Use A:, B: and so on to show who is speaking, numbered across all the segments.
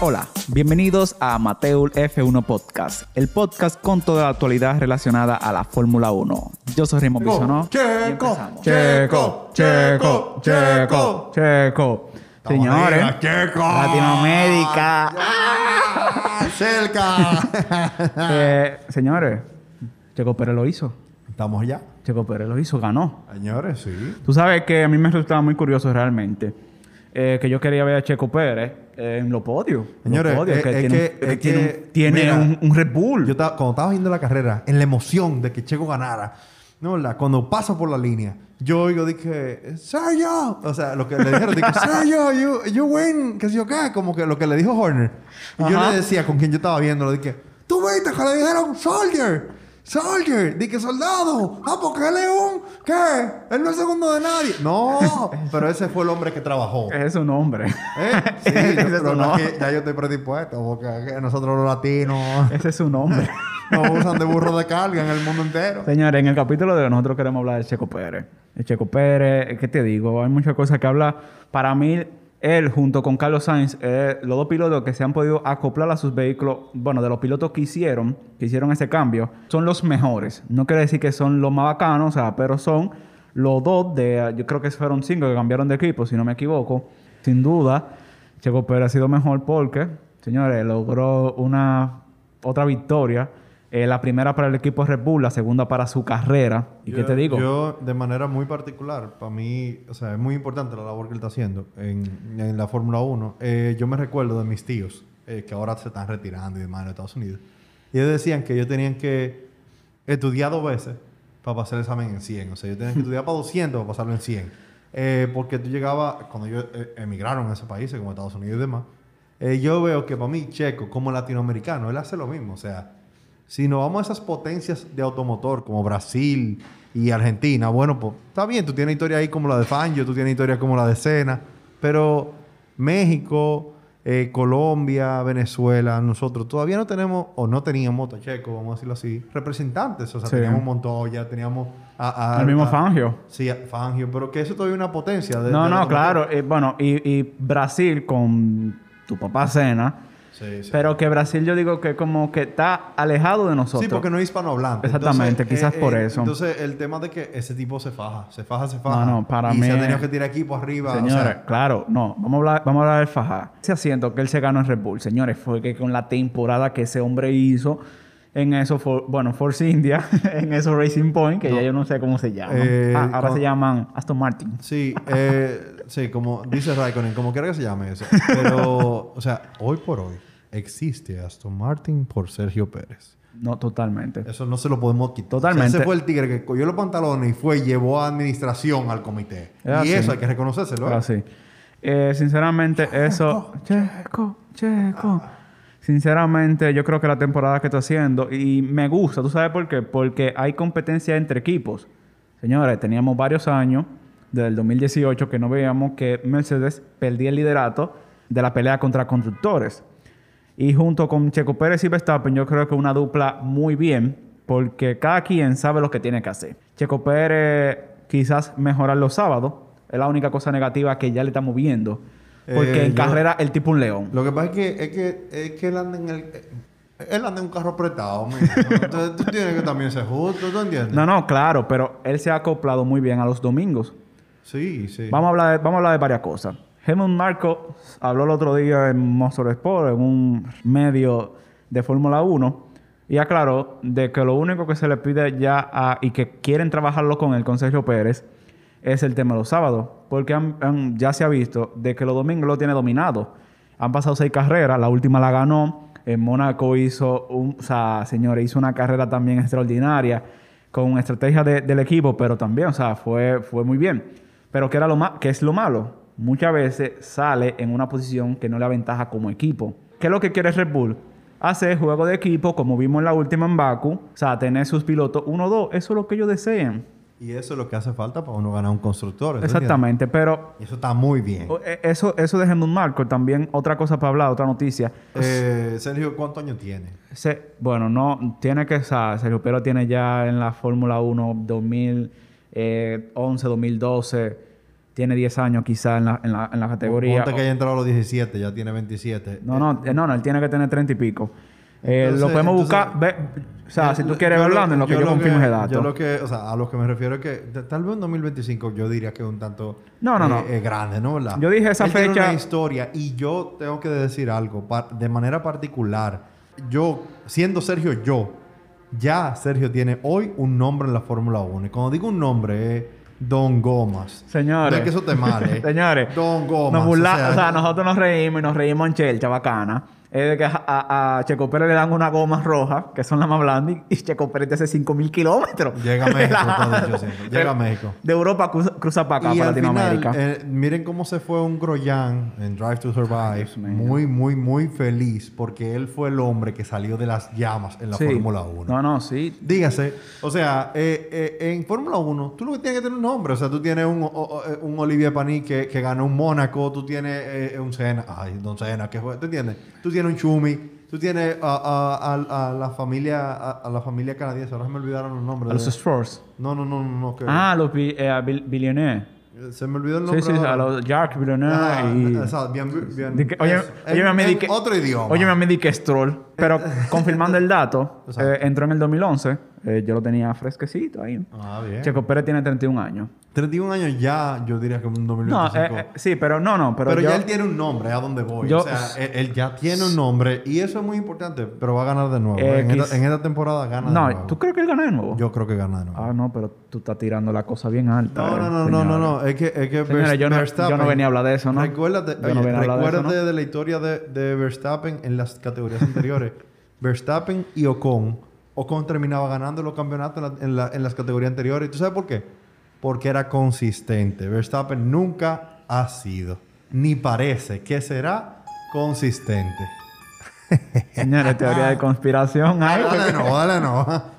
A: Hola, bienvenidos a Mateul F1 Podcast, el podcast con toda la actualidad relacionada a la Fórmula 1. Yo soy Remo Bisonó. y empezamos.
B: Checo, Checo, Checo, Checo.
A: Señores,
B: Checo.
A: Latinoamérica.
B: Ah, Cerca.
A: Eh, señores, Checo Pérez lo hizo.
B: Estamos allá.
A: Checo Pérez lo hizo, ganó.
B: Señores, sí.
A: Tú sabes que a mí me resultaba muy curioso realmente. eh, que yo quería ver a Checo Pérez eh, en los podios. Los
B: Señores,
A: podios,
B: es- es
A: tiene,
B: que-
A: un-
B: es
A: tiene
B: que,
A: un, tiene
B: mira,
A: un- un Red Bull.
B: Yo estaba, cuando estaba viendo la carrera, en la emoción de que Checo ganara, ¿no? La, cuando pasa por la línea, yo oigo, dije, Sergio. O sea, lo que le dijeron, dije, Sergio, you, you win, que sé yo acá, como que lo que le dijo Horner. Y yo
A: Ajá.
B: le decía con quien yo estaba viendo, le dije, tú viste que le dijeron Soldier. Soldier, dije soldado. Ah, porque él es un. ¿Qué? Él no es segundo de nadie. No, pero ese fue el hombre que trabajó.
A: Ese Es un hombre.
B: ¿Eh? Sí,
A: Ese
B: yo-
A: es
B: lo
A: un
B: más
A: hombre.
B: que ya yo estoy predispuesto, porque que nosotros los latinos
A: Ese es su nombre.
B: nos usan de burro de carga en el mundo entero.
A: Señores, en el capítulo de hoy nosotros queremos hablar de Checo Pérez. De Checo Pérez, eh, ¿qué te digo? Hay muchas cosas que hablar. Para mí, él junto con Carlos Sainz, eh, los dos pilotos que se han podido acoplar a sus vehículos, bueno, de los pilotos que hicieron, que hicieron ese cambio, son los mejores. No quiere decir que son los más bacanos, o sea, pero son los dos de, eh, yo creo que fueron cinco que cambiaron de equipo, si no me equivoco. Sin duda, Checo Pérez ha sido mejor porque, señores, logró una otra victoria. Eh, la primera para el equipo Red Bull, la segunda para su carrera. ¿Y qué
B: Yo-
A: te digo?
B: Yo, de manera muy particular, para mí, o sea, es muy importante la labor que él está haciendo en, en la Fórmula 1. Eh, yo me recuerdo de mis tíos, eh, que ahora se están retirando y demás en los Estados Unidos. Y ellos decían que ellos tenían que estudiar dos veces para pasar el examen en 100. O sea, ellos tenían que estudiar para 200 para pasarlo en 100. Eh, porque tú llegabas, cuando ellos eh, emigraron a esos países como Estados Unidos y demás, eh, yo veo que para mí, Checo, como latinoamericano, él hace lo mismo. O sea, si nos vamos a esas potencias de automotor como Brasil y Argentina, bueno, pues está bien, tú tienes historia ahí como la de Fangio, tú tienes historia como la de Senna, pero México, eh, Colombia, Venezuela, nosotros todavía no tenemos, o no teníamos, Tacheco, vamos a decirlo así, representantes. O sea,
A: Sí.
B: teníamos Montoya, teníamos a, a-
A: el mismo
B: a-
A: Fangio.
B: Sí, a Fangio, pero que eso todavía es una potencia. Ah, de-
A: No,
B: del
A: no,
B: automotor.
A: claro. Eh, bueno, y, y Brasil con tu papá Cena.
B: Sí, sí.
A: Pero que Brasil yo digo que como que está alejado de nosotros.
B: Sí, porque no es hispanohablante.
A: Exactamente, quizás por eso.
B: eh, Entonces, el tema de que ese tipo se faja, se faja, se faja.
A: No, no, para
B: y
A: mí-
B: se ha tenido que tirar equipo arriba. o
A: Señores,
B: sea,
A: claro, no, vamos a hablar, vamos a hablar del Fajá. Ese asiento que él se ganó en Red Bull, señores, fue que con la temporada que ese hombre hizo en eso, for- bueno, Force India, en esos Racing Point, que ya yo no sé cómo se llaman.
B: Eh,
A: Ah, ahora
B: con-
A: se llaman Aston Martin.
B: Sí, eh, sí, como dice Raikkonen, como quiera que se llame eso. Pero, o sea, hoy por hoy existe Aston Martin por Sergio Pérez.
A: No, totalmente.
B: Eso no se lo podemos quitar.
A: Totalmente.
B: O sea, ese fue el tigre que cogió los pantalones y fue, llevó a administración al comité.
A: Es
B: y
A: así.
B: eso hay que reconocérselo. ¿eh?
A: Ahora sí. Eh, sinceramente, eso. Checo, checo. Sinceramente, yo creo que la temporada que está haciendo y me gusta, ¿tú sabes por qué? Porque hay competencia entre equipos. Señores, teníamos varios años, desde el 2018, que no veíamos que Mercedes perdía el liderato de la pelea contra constructores. Y junto con Checo Pérez y Verstappen, yo creo que una dupla muy bien, porque cada quien sabe lo que tiene que hacer. Checo Pérez quizás mejorar los sábados, es la única cosa negativa que ya le estamos viendo, porque
B: Eh,
A: en
B: yo-
A: carrera el tipo un león.
B: Lo que pasa es que, es que, es que él anda en el... Él anda en un carro apretado, mijo. Entonces tú tienes que también ser justo, ¿tú entiendes?
A: No, no, claro, pero él se ha acoplado muy bien a los domingos.
B: Sí, sí.
A: Vamos a hablar de, vamos a hablar de varias cosas. Helmut Marco habló el otro día en Monster Sport, en un medio de Fórmula 1, y aclaró de que lo único que se le pide ya a- y que quieren trabajarlo con el Consejo Pérez es el tema de los sábados, porque han- han- ya se ha visto de que los domingos lo tiene dominado. Han pasado seis carreras, la última la ganó. En Mónaco hizo, un, o sea, señores, hizo una carrera también extraordinaria con estrategia de- del equipo, pero también, o sea, fue, fue muy bien. Pero que, era lo ma- que es lo malo, muchas veces sale en una posición que no le aventaja como equipo. ¿Qué es lo que quiere Red Bull? Hacer juego de equipo, como vimos en la última en Baku, o sea, tener sus pilotos 1-2, eso es lo que ellos desean.
B: Y eso es lo que hace falta para uno ganar un constructor. ¿tú entiendes?
A: Exactamente, pero
B: Y eso está muy bien.
A: O- eh, Eso, eso de Helmut Marco, también otra cosa para hablar, otra noticia.
B: Eh, Sergio, ¿cuántos años tiene?
A: Se- bueno, no, tiene que, o sea, Sergio Pérez eh, tiene ya en la Fórmula 1 2011, 2012, tiene 10 años quizás en la, en la, en la categoría.
B: Ponte que haya entrado a los 17, ya tiene 27.
A: No, no, eh, no, no, él tiene que tener 30 y pico. Eh,
B: Entonces-
A: lo podemos
B: entonces-
A: buscar. ve- o sea, si tú quieres
B: Eh, Yo
A: verlo, en lo que yo, confirmo ese dato.
B: Yo lo que, o sea, a lo que me refiero es que t- tal vez en 2025 yo diría que es un tanto
A: No, no,
B: eh,
A: no.
B: eh, grande, ¿no? ¿Verdad?
A: Yo dije esa
B: Él tiene
A: fecha-
B: una historia y yo tengo que decir algo par- de manera particular. Yo, siendo Sergio yo, ya Sergio tiene hoy un nombre en la Fórmula 1. Y cuando digo un nombre es Don Gomas.
A: Señores.
B: No es que eso te male.
A: Señores.
B: Don Gomas.
A: Nos burla-
B: o sea,
A: o sea, nosotros nos reímos y nos reímos en chelcha bacana. Es de que a, a- a Checo Pérez le dan una goma roja, que son las más blandas, y- y Checo Pérez te hace 5.000 kilómetros.
B: Llega a México, te lo digo siempre. Llega a México.
A: De Europa cruza, cruza para acá,
B: Y
A: para
B: al final,
A: Latinoamérica.
B: eh, miren cómo se fue un Groyan en Drive to Survive.
A: mío.
B: muy, muy, muy feliz porque él fue el hombre que salió de las llamas en la
A: Sí.
B: Fórmula 1.
A: No, no, sí.
B: Dígase, o sea, eh, eh, en Fórmula 1 tú lo que tienes que tener un nombre. O sea, tú tienes un, o- o- eh, un Olivier Paní que, que ganó un Mónaco, tú tienes eh, un Senna, ay, Don Senna, ¿qué fue? ¿Te entiendes? Tú tienes un Chumi, tú tienes a, a- a- a la familia a, a la familia canadiense. Ahora se me olvidaron los nombres.
A: A los
B: de-
A: Strauss.
B: No, no, no, no, no, que-
A: Ah, a los bi- eh, a Bill- Villeneuve.
B: eh, se me olvidó el nombre.
A: Sí, sí, a
B: ahora.
A: los Jacques Villeneuve
B: Ah,
A: y...
B: o sea, bien- bien-
A: Di que- oye,
B: es-
A: oye,
B: en-
A: me
B: en
A: di que-
B: otro idioma. Eh,
A: Oye, me di que es troll. Pero confirmando el dato,
B: Exacto.
A: eh, entró en el 2011. eh, yo lo tenía fresquecito ahí.
B: Ah, bien.
A: Checo Pérez tiene 31 años.
B: 31 años ya, yo diría que en
A: No,
B: 2025.
A: eh, eh, sí, pero no, no. Pero,
B: pero
A: yo,
B: ya él tiene un nombre, a dónde voy.
A: Yo-
B: o sea, él, él ya tiene un nombre y eso es muy importante, pero va a ganar de nuevo.
A: Eh,
B: en,
A: quiz-
B: esta, en esta temporada gana de
A: No,
B: nuevo.
A: ¿tú crees que él gana de nuevo?
B: Yo creo que gana de nuevo.
A: Ah, no, pero tú estás tirando la cosa bien alta.
B: No,
A: eh,
B: no, no, no, no,
A: señores.
B: no. Es que, es que
A: Señores, yo
B: Verst-
A: no- yo no
B: Verstappen-
A: venía a hablar de eso, ¿no?
B: Recuérdate,
A: Yo no
B: oye,
A: venía a hablar de eso,
B: recuérdate de, la historia de, de Verstappen en las categorías anteriores. Verstappen y Ocon. Ocon terminaba ganando los campeonatos en, la- en la- en las categorías anteriores. ¿Tú sabes por qué? Porque era consistente. Verstappen nunca ha sido, ni parece que será consistente.
A: Señores, teoría de conspiración. ay, pues,
B: Dale no, dale no.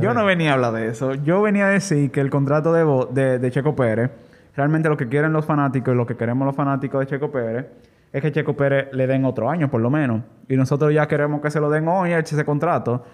A: Yo no venía a hablar de eso. Yo venía a decir que el contrato de, Bo- de, de Checo Pérez, realmente lo que quieren los fanáticos y lo que queremos los fanáticos de Checo Pérez, es que Checo Pérez le den otro año, por lo menos. Y nosotros ya queremos que se lo den hoy ese contrato.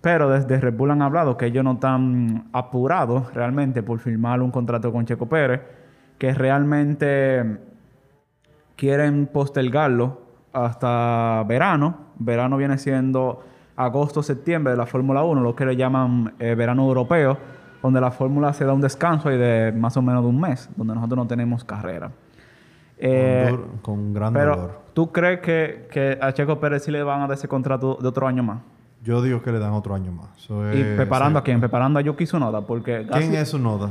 A: Pero desde Red Bull han hablado que ellos no están apurados realmente por firmar un contrato con Checo Pérez, que realmente quieren postergarlo hasta verano. Verano viene siendo agosto, septiembre de la Fórmula 1, lo que le llaman eh, verano europeo, donde la Fórmula se da un descanso ahí de más o menos de un mes, donde nosotros no tenemos carrera. Eh,
B: Con dor- con gran dolor.
A: pero, ¿tú crees que, que a Checo Pérez sí le van a dar ese contrato de otro año más?
B: Yo digo que le dan otro año más. Eso
A: ¿Y
B: es-
A: preparando
B: Eh, sí.
A: a quién? Preparando a Yuki Tsunoda, porque
B: ¿Quién
A: Gasly-
B: es su noda?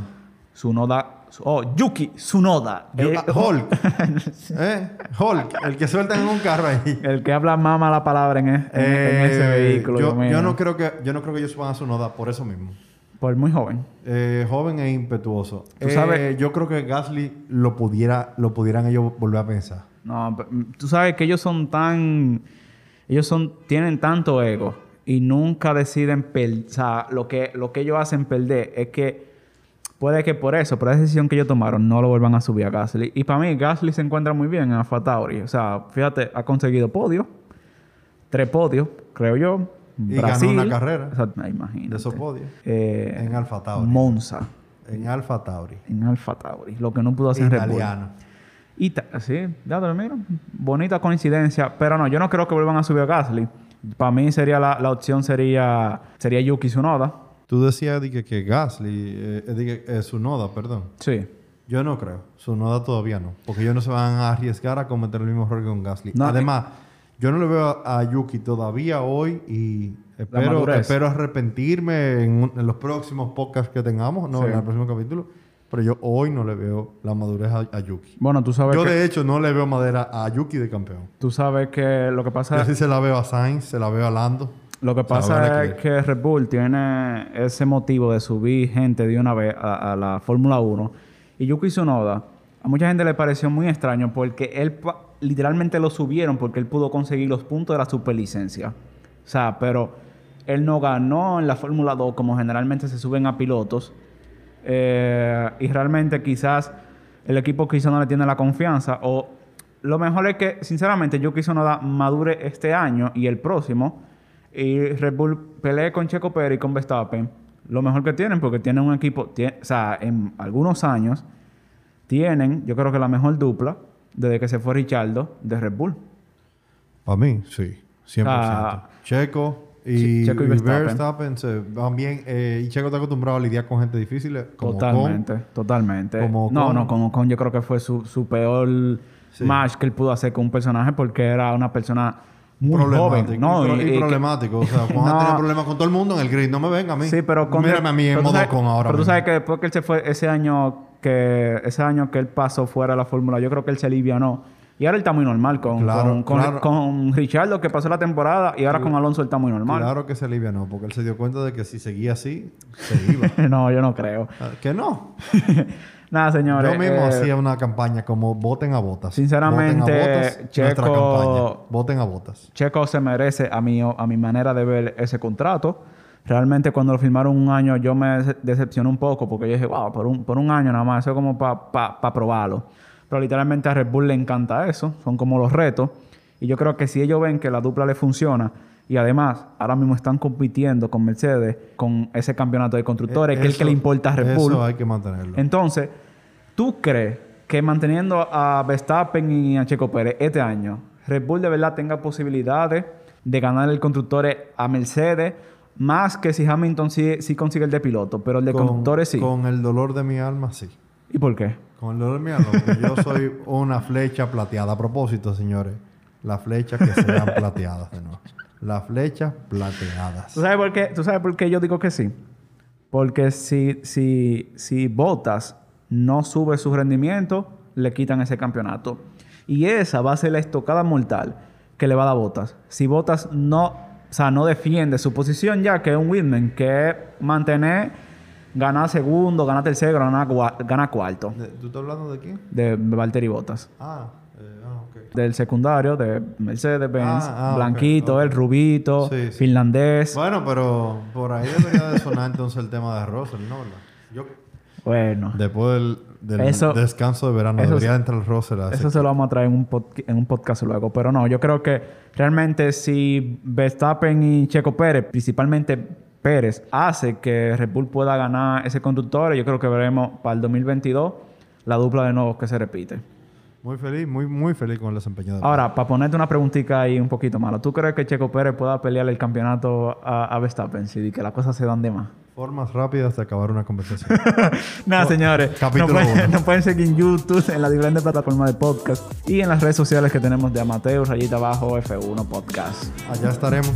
A: Tsunoda... Oh, Yuki Tsunoda. Eh,
B: ah, Hulk. ¿Eh? Hulk, el que sueltan en un carro ahí.
A: el que habla más mala palabra en, es- en- e, en ese
B: Eh,
A: vehículo. Dios
B: Yo,
A: mío.
B: yo no creo que, yo no creo que ellos suban a su noda por eso mismo.
A: Por muy joven.
B: Eh, joven e impetuoso.
A: Tú
B: Eh,
A: sabes-
B: yo creo que Gasly lo pudiera, lo pudieran ellos volver a pensar.
A: No, pe- tú sabes que ellos son tan... Ellos son, tienen tanto ego y nunca deciden... per- O sea, lo que, lo que ellos hacen perder es que... Puede que por eso, por esa decisión que ellos tomaron, no lo vuelvan a subir a Gasly. Y para mí, Gasly se encuentra muy bien en AlphaTauri. O sea, fíjate, ha conseguido podio. Tres podios, creo yo.
B: Y
A: Brasil.
B: ganó una carrera.
A: O sea, no, imagínate.
B: De esos podios.
A: Eh,
B: En Alfa Tauri.
A: Monza.
B: En Alfa Tauri.
A: En AlphaTauri. Lo que no pudo hacer en Red Bull.
B: Italiano.
A: Y ta- sí, ya te lo miro. Bonita coincidencia. Pero no, yo no creo que vuelvan a subir a Gasly. Para mí sería la, la opción sería, sería Yuki Tsunoda.
B: Tú decías di que, que Gasly, eh, eh, di que, eh, su noda, perdón.
A: Sí.
B: Yo no creo. Su noda todavía no. Porque ellos no se van a arriesgar a cometer el mismo error que con Gasly.
A: No,
B: Además, yo no le veo a, a Yuki todavía hoy y espero,
A: madurez.
B: espero arrepentirme en, un- en los próximos podcasts que tengamos, no
A: Sí.
B: en el próximo capítulo. Pero yo hoy no le veo la madurez a, a Yuki.
A: Bueno, tú sabes,
B: Yo,
A: que,
B: de hecho, no le veo madera a Yuki de campeón.
A: tú sabes que lo que
B: Yo
A: pasa,
B: sí se la veo a Sainz, se la veo a Lando.
A: lo que,
B: sea, van
A: pasa
B: a
A: es
B: creer.
A: que Red Bull tiene ese motivo de subir gente de una vez a, a la Fórmula 1. Y Yuki Tsunoda, a mucha gente le pareció muy extraño porque él pa- literalmente lo subieron porque él pudo conseguir los puntos de la superlicencia. O sea, pero él no ganó en la Fórmula 2 como generalmente se suben a pilotos. Eh, y realmente quizás el equipo quizás no le tiene la confianza. O lo mejor es que, sinceramente, yo quiso no madure este año y el próximo. Y Red Bull pelee con Checo Pérez y con Verstappen. lo mejor que tienen porque tienen un equipo, tie- o sea, en algunos años tienen, yo creo que la mejor dupla desde que se fue Richardo de Red Bull.
B: Para mí, sí. 100%.
A: Ah.
B: Checo y,
A: Sí, Checo y
B: y
A: Verstappen.
B: Verstappen. se van bien. eh, y Checo está acostumbrado a lidiar con gente difícil. eh, Como
A: totalmente,
B: Con,
A: totalmente.
B: como
A: no,
B: Ocon.
A: no, con Ocon yo creo que fue su, su peor
B: Sí.
A: match que él pudo hacer con un personaje porque era una persona muy joven. ¿no?
B: y, pro- y
A: que-
B: problemático. O sea, Juan
A: No.
B: a tener problemas con todo el mundo en el grid. No me venga a mí.
A: Sí, pero con
B: Mírame a mí en
A: pero tú
B: modo
A: sabes-
B: con ahora.
A: Pero tú
B: mismo.
A: sabes que después que él se fue, ese año que, ese año que él pasó fuera de la Fórmula, yo creo que él se alivianó. Y ahora él está muy normal con,
B: Claro,
A: con, con,
B: claro.
A: con Richardo, que pasó la temporada, y ahora con Alonso él está muy normal.
B: Claro que se alivianó, porque él se dio cuenta de que si seguía así, se iba.
A: no, yo no creo.
B: Ah, que no.
A: Nada, señores.
B: Yo mismo
A: eh,
B: hacía una campaña como voten a botas.
A: Sinceramente,
B: voten a botas, nuestra
A: Checo-
B: campaña. Voten a botas.
A: Checo se merece, a mi, a mi manera de ver, ese contrato. Realmente cuando lo firmaron un año yo me dece- decepcioné un poco porque yo dije, wow, por un, por un año nada más, eso es como para probarlo. Pero literalmente a Red Bull le encanta eso, son como los retos. Y yo creo que si ellos ven que la dupla le funciona y además ahora mismo están compitiendo con Mercedes con ese campeonato de constructores, que es el que
B: Eh, Eso-
A: le importa a Red Bull.
B: Eso hay que mantenerlo.
A: Entonces, ¿tú crees que manteniendo a Verstappen y a Checo Pérez este año, Red Bull de verdad tenga posibilidades de ganar el constructores a Mercedes? Más que si Hamilton sí, sí consigue el de piloto, pero el de constructores sí.
B: Con el dolor de mi alma, sí.
A: ¿Y por qué?
B: Con el dolor de mi alma, porque yo soy una flecha plateada. A propósito, señores, las flechas que sean plateadas de nuevo. Las flechas plateadas.
A: ¿Tú sabes por qué, ¿Tú sabes por qué yo digo que sí? Porque si, si, si Bottas no sube su rendimiento, le quitan ese campeonato. Y esa va a ser la estocada mortal que le va a dar Bottas. Si Bottas no, o sea, no defiende su posición ya, que es un windman, que es mantener, ganar segundo, ganar tercero, ganar, gua- ganar cuarto.
B: De- ¿Tú estás hablando de quién?
A: De Valtteri Bottas.
B: Ah, eh, ah, ok.
A: Del secundario, de Mercedes-Benz,
B: Ah, ah, ok,
A: blanquito,
B: ok.
A: el rubito,
B: Sí, sí.
A: finlandés.
B: Bueno, pero por ahí debería de sonar entonces el tema de Russell, ¿no? ¿Verdad? Yo,
A: Bueno.
B: después del, del
A: Eso-
B: descanso de verano
A: eso
B: debería entrar Russell. a
A: Eso
B: hacer-
A: se lo vamos a traer en un, podca- en un podcast luego. Pero no, yo creo que realmente si Verstappen y Checo Pérez, principalmente Pérez, hace que Red Bull pueda ganar ese conductor, yo creo que veremos para el 2022 la dupla de nuevos que se repite.
B: Muy feliz, muy, muy feliz con el desempeño de
A: Ahora, para ponerte una preguntita ahí un poquito mala, ¿tú crees que Checo Pérez pueda pelear el campeonato a, a Verstappen si que las cosas se dan de más?
B: Formas rápidas de acabar una conversación.
A: Nada, señores.
B: capítulo
A: nos, pueden,
B: uno.
A: nos pueden seguir en YouTube, en las diferentes plataformas de podcast y en las redes sociales que tenemos de Amateur, rayita abajo, F1 Podcast.
B: Allá estaremos.